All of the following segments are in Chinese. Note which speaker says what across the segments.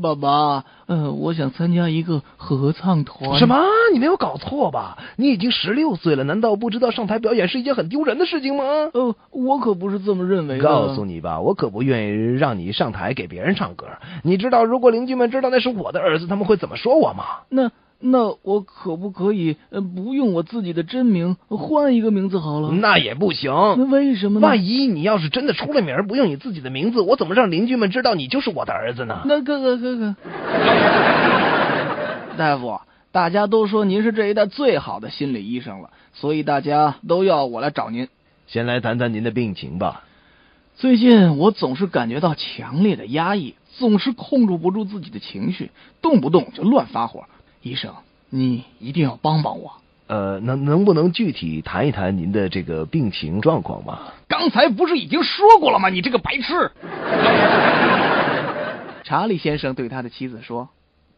Speaker 1: 爸爸，呃，我想参加一个合唱团。
Speaker 2: 什？么？你没有搞错吧？你已经十六岁了，难道不知道上台表演是一件很丢人的事情吗？
Speaker 1: 呃，我可不是这么认为的。
Speaker 2: 告诉你吧，我可不愿意让你上台给别人唱歌。你知道，如果邻居们知道那是我的儿子，他们会怎么说我吗？
Speaker 1: 那那我可不可以呃不用我自己的真名，换一个名字好了？
Speaker 2: 那也不行。
Speaker 1: 那为什么呢？
Speaker 2: 万一你要是真的出了名儿，不用你自己的名字，我怎么让邻居们知道你就是我的儿子呢？
Speaker 1: 那哥哥哥哥， 大夫，大家都说您是这一代最好的心理医生了，所以大家都要我来找您。
Speaker 2: 先来谈谈您的病情吧。
Speaker 1: 最近我总是感觉到强烈的压抑，总是控制不住自己的情绪，动不动就乱发火。医生，你一定要帮帮我！
Speaker 2: 呃，能能不能具体谈一谈您的这个病情状况吗？
Speaker 1: 刚才不是已经说过了吗？你这个白痴！ 查理先生对他的妻子说。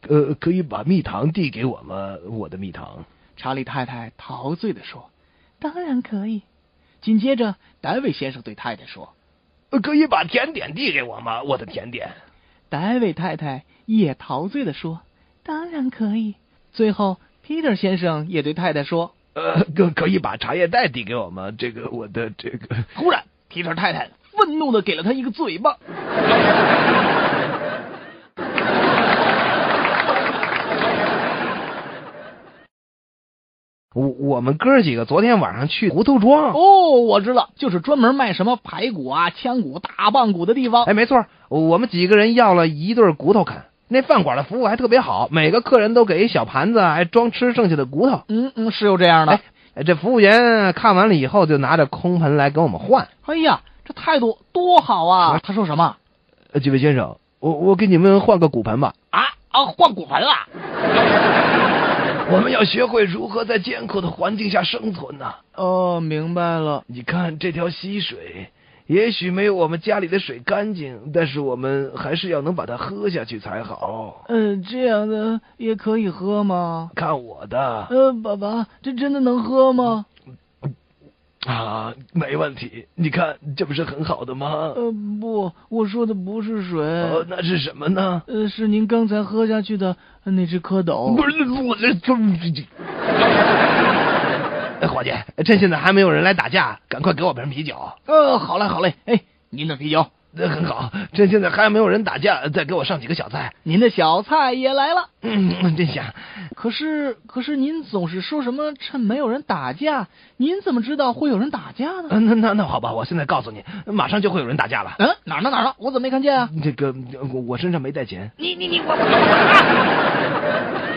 Speaker 2: 呃，可以把蜜糖递给我吗？我的蜜糖。
Speaker 1: 查理太太陶醉地说：“当然可以。”紧接着，戴维先生对太太说
Speaker 2: 呃，可以把甜点递给我吗？我的甜点。：“
Speaker 1: 戴维太太也陶醉地说，当然可以。”最后，皮特先生也对太太说。
Speaker 2: 呃，可可以把茶叶蛋递给我吗？这个我的这个。
Speaker 1: 突然，皮特太太愤怒的给了他一个嘴巴。
Speaker 2: 我我们哥几个昨天晚上去糊涂庄。
Speaker 1: 哦，我知道，就是专门卖什么排骨啊、腔骨、大棒骨的地方。
Speaker 2: 哎，没错，我们几个人要了一对骨头啃。那饭馆的服务还特别好，每个客人都给一小盘子，还装吃剩下的骨头。
Speaker 1: 嗯嗯，是有这样的。
Speaker 2: 哎哎这服务员看完了以后，就拿着空盆来跟我们换。
Speaker 1: 哎呀，这态度多好啊！他说什么
Speaker 2: 呃，几位先生，我我给你们换个骨盆吧。
Speaker 1: 啊啊？换骨盆了？
Speaker 2: 我们要学会如何在艰苦的环境下生存呐、
Speaker 1: 哦，明白了。
Speaker 2: 你看这条溪水，也许没有我们家里的水干净，但是我们还是要能把它喝下去才好。
Speaker 1: 嗯，这样的也可以喝吗？
Speaker 2: 看我的
Speaker 1: 呃，爸爸，这真的能喝吗？
Speaker 2: 啊，没问题。你看，这不是很好的吗？
Speaker 1: 呃，不，我说的不是水，
Speaker 2: 哦，那是什么呢？
Speaker 1: 呃，是您刚才喝下去的那只蝌蚪。
Speaker 2: 不是我这这这。哎伙计，趁现在还没有人来打架，赶快给我瓶啤酒。哦
Speaker 1: 呃，好嘞，好嘞。哎，您的啤酒，
Speaker 2: 那很好，趁现在还没有人打架，再给我上几个小菜。
Speaker 1: 您的小菜也来了。
Speaker 2: 嗯，真香。
Speaker 1: 可是，可是您总是说什么趁没有人打架，您怎么知道会有人打架呢？
Speaker 2: 嗯，那那那好吧，我现在告诉你，马上就会有人打架了。
Speaker 1: 嗯，哪儿呢哪儿呢？我怎么没看见啊？
Speaker 2: 这个我我身上没带钱。
Speaker 1: 你你你，我我我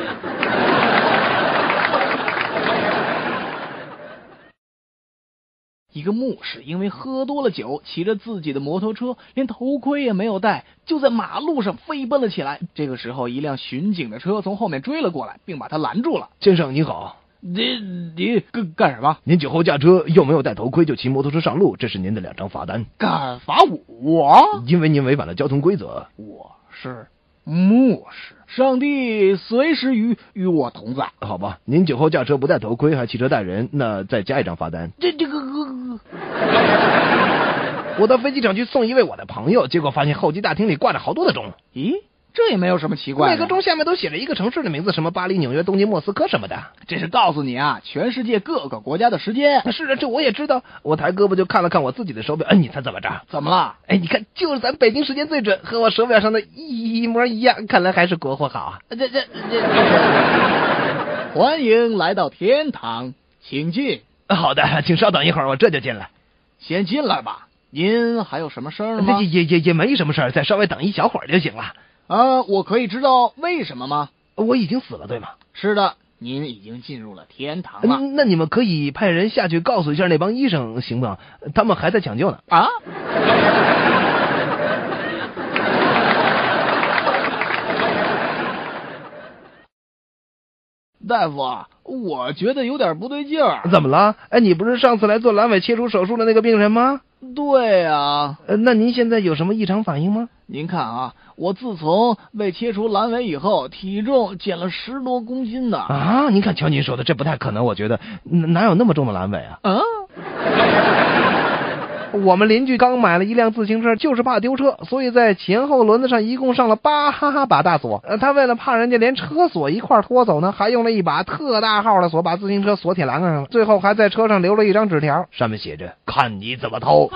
Speaker 1: 一个牧师因为喝多了酒，骑着自己的摩托车，连头盔也没有戴，就在马路上飞奔了起来。这个时候，一辆巡警的车从后面追了过来，并把他拦住了。
Speaker 2: 先生您好，
Speaker 1: 你你干干什么？
Speaker 2: 您酒后驾车又没有戴头盔就骑摩托车上路，这是您的两张罚单，
Speaker 1: 干罚我？
Speaker 2: 因为您违反了交通规则。
Speaker 1: 我是牧师，上帝随时与与我同在。
Speaker 2: 好吧，您酒后驾车不戴头盔还骑车带人，那再加一张罚单。
Speaker 1: 这这个个
Speaker 2: 我到飞机场去送一位我的朋友，结果发现候机大厅里挂着好多的钟，
Speaker 1: 咦，这也没有什么奇怪的。
Speaker 2: 每个钟下面都写着一个城市的名字，什么巴黎、纽约、东京、莫斯科什么的。
Speaker 1: 这是告诉你啊，全世界各个国家的时间。
Speaker 2: 是啊，这我也知道。我抬胳膊就看了看我自己的手表，哎，你猜怎么着？
Speaker 1: 怎么了？
Speaker 2: 哎，你看，就是咱北京时间最准，和我手表上的一模一样。看来还是国货好啊。
Speaker 1: 这这这这。欢迎来到天堂，请进，
Speaker 2: 好的，请稍等一会儿，我这就进来。
Speaker 1: 先进来吧。您还有什么事儿吗
Speaker 2: 那？也也也也没什么事儿，再稍微等一小会儿就行了。
Speaker 1: 啊，我可以知道为什么吗？
Speaker 2: 我已经死了，对吗？
Speaker 1: 是的，您已经进入了天堂了
Speaker 2: 嗯那你们可以派人下去告诉一下那帮医生，行吗？他们还在抢救呢。
Speaker 1: 啊。 大夫啊，我觉得有点不对劲儿。
Speaker 2: 怎么了？哎，你不是上次来做阑尾切除手术的那个病人吗？
Speaker 1: 对啊，
Speaker 2: 呃，那您现在有什么异常反应吗？
Speaker 1: 您看啊，我自从被切除阑尾以后，体重减了十多公斤呢。
Speaker 2: 啊，您看，瞧您说的，这不太可能，我觉得哪哪有那么重的阑尾啊？
Speaker 1: 嗯、
Speaker 2: 我们邻居刚买了一辆自行车，就是怕丢车，所以在前后轮子上一共上了八哈哈把大锁。呃，他为了怕人家连车锁一块儿拖走呢，还用了一把特大号的锁把自行车锁铁栏杆上了，最后还在车上留了一张纸条，上面写着“看你怎么偷”。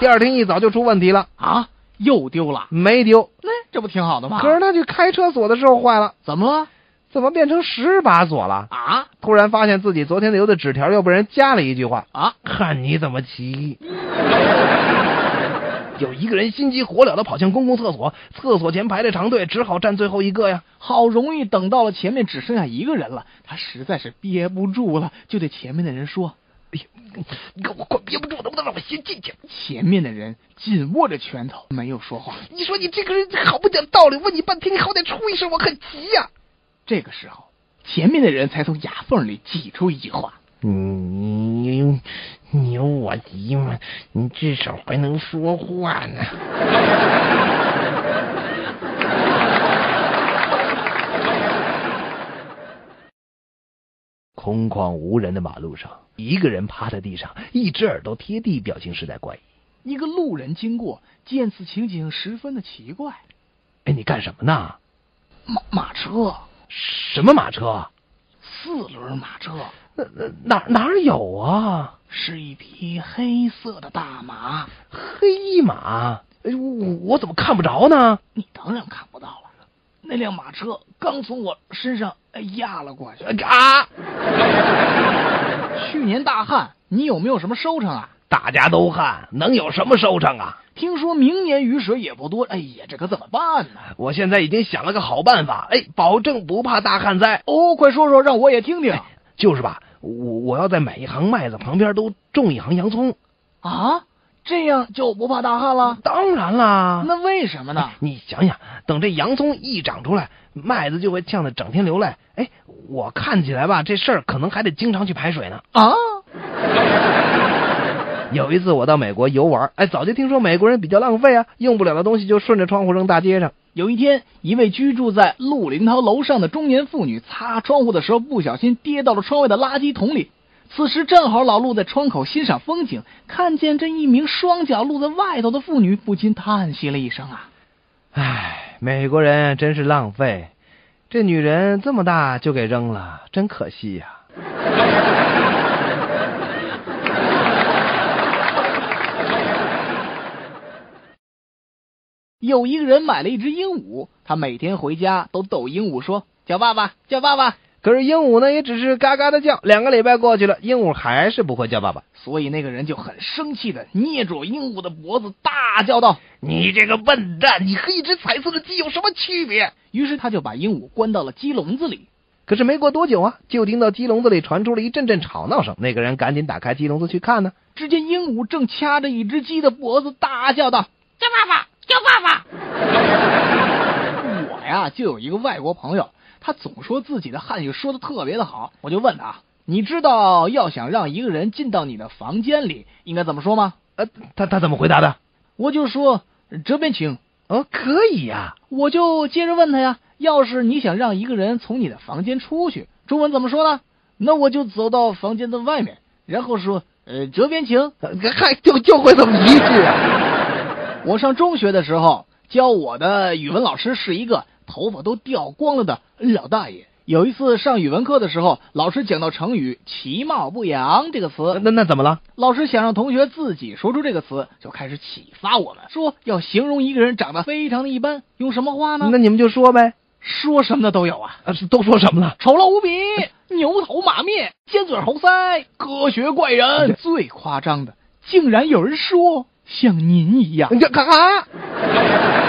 Speaker 2: 第二天一早就出问题了，
Speaker 1: 啊，又丢了，
Speaker 2: 没丢，
Speaker 1: 那这不挺好的吗？
Speaker 2: 可是他去开车锁的时候坏了，
Speaker 1: 怎么了
Speaker 2: 怎么变成十把锁了？
Speaker 1: 啊
Speaker 2: 突然发现自己昨天留的纸条又被人加了一句话
Speaker 1: 啊？：“
Speaker 2: 看你怎么骑。” 有一个人心急火燎的跑向公共厕所，厕所前排的长队只好站最后一个呀。
Speaker 1: 好容易等到了前面只剩下一个人了，他实在是憋不住了，就对前面的人说。
Speaker 2: 哎你看我快憋不住，能不能让我先进去？
Speaker 1: 前面的人紧握着拳头，没有说话。
Speaker 2: 你说你这个人好不讲道理，问你半天，你好歹出一声，我很急呀、
Speaker 1: 这个时候，前面的人才从牙缝里挤出一句话
Speaker 2: 你你有我急吗？你至少还能说话呢。：“空旷无人的马路上，一个人趴在地上，一只耳朵贴地，表情实在怪异。
Speaker 1: 一个路人经过，见此情景十分的奇怪。
Speaker 2: 哎，你干什么呢？
Speaker 1: 马马车，
Speaker 2: 什么马车？
Speaker 1: 四轮马车，
Speaker 2: 那那哪哪儿有啊？
Speaker 1: 是一匹黑色的大马，
Speaker 2: 黑马？哎，我我怎么看不着呢？
Speaker 1: 你当然看不到了。那辆马车刚从我身上哎压了过去。
Speaker 2: 啊！
Speaker 1: 去年大旱，你有没有什么收成啊？
Speaker 2: 大家都旱，能有什么收成啊？
Speaker 1: 听说明年雨水也不多，哎呀，这可怎么办呢？
Speaker 2: 我现在已经想了个好办法，哎，保证不怕大旱灾。
Speaker 1: 哦，快说说，让我也听听
Speaker 2: 就是吧，我我要再买一行麦子，旁边都种一行洋葱。
Speaker 1: 啊！这样就不怕大旱了？
Speaker 2: 当然啦，哎
Speaker 1: 那为什么 呢？
Speaker 2: 你想想，等这洋葱一长出来，麦子就会呛得整天流泪。哎，我看起来吧，这事儿可能还得经常去排水呢。
Speaker 1: 啊，
Speaker 2: 有一次我到美国游玩，哎，早就听说美国人比较浪费啊，用不了的东西就顺着窗户扔大街上。
Speaker 1: 有一天，一位居住在陆林涛楼上的中年妇女擦窗户的时候，不小心跌到了窗外的垃圾桶里。此时正好老陆在窗口欣赏风景，看见这一名双脚露在外头的妇女，不禁叹息了一声啊！
Speaker 2: 唉，美国人真是浪费，这女人这么大就给扔了，真可惜呀、
Speaker 1: 有一个人买了一只鹦鹉，他每天回家都逗鹦鹉说：“叫爸爸，叫爸爸。”
Speaker 2: 可是鹦鹉呢，也只是嘎嘎的叫。两个礼拜过去了，鹦鹉还是不会叫爸爸。
Speaker 1: 所以那个人就很生气的捏住鹦鹉的脖子，大叫道。
Speaker 2: 你这个笨蛋，你和一只彩色的鸡有什么区别？
Speaker 1: 于是他就把鹦鹉关到了鸡笼子里。
Speaker 2: 可是没过多久啊，就听到鸡笼子里传出了一阵阵吵闹声。那个人赶紧打开鸡笼子去看呢、
Speaker 1: 只见鹦鹉正掐着一只鸡的脖子，大叫道：“叫爸爸，叫爸爸！”我呀，就有一个外国朋友，他总说自己的汉语说的特别的好，我就问他：“你知道要想让一个人进到你的房间里，应该怎么说吗
Speaker 2: 呃，他他怎么回答的？？”
Speaker 1: 我就说：“这边请。”
Speaker 2: 哦，可以呀、
Speaker 1: 我就接着问他呀，要是你想让一个人从你的房间出去，中文怎么说呢？那我就走到房间的外面，然后说，呃，这边请。
Speaker 2: 呃还就就会这么一句、啊。
Speaker 1: 我上中学的时候，教我的语文老师是一个头发都掉光了的老大爷。有一次上语文课的时候，老师讲到成语“其貌不扬”这个词，
Speaker 2: 呃 那那怎么了？
Speaker 1: 老师想让同学自己说出这个词，就开始启发我们，说要形容一个人长得非常的一般，用什么话呢？
Speaker 2: 那你们就说呗。
Speaker 1: 说什么的都有啊。
Speaker 2: 呃，都说什么了？
Speaker 1: 丑陋无比，牛头马面，尖嘴猴腮，科学怪人。最夸张的，竟然有人说像您一样。
Speaker 2: 你这咔咔。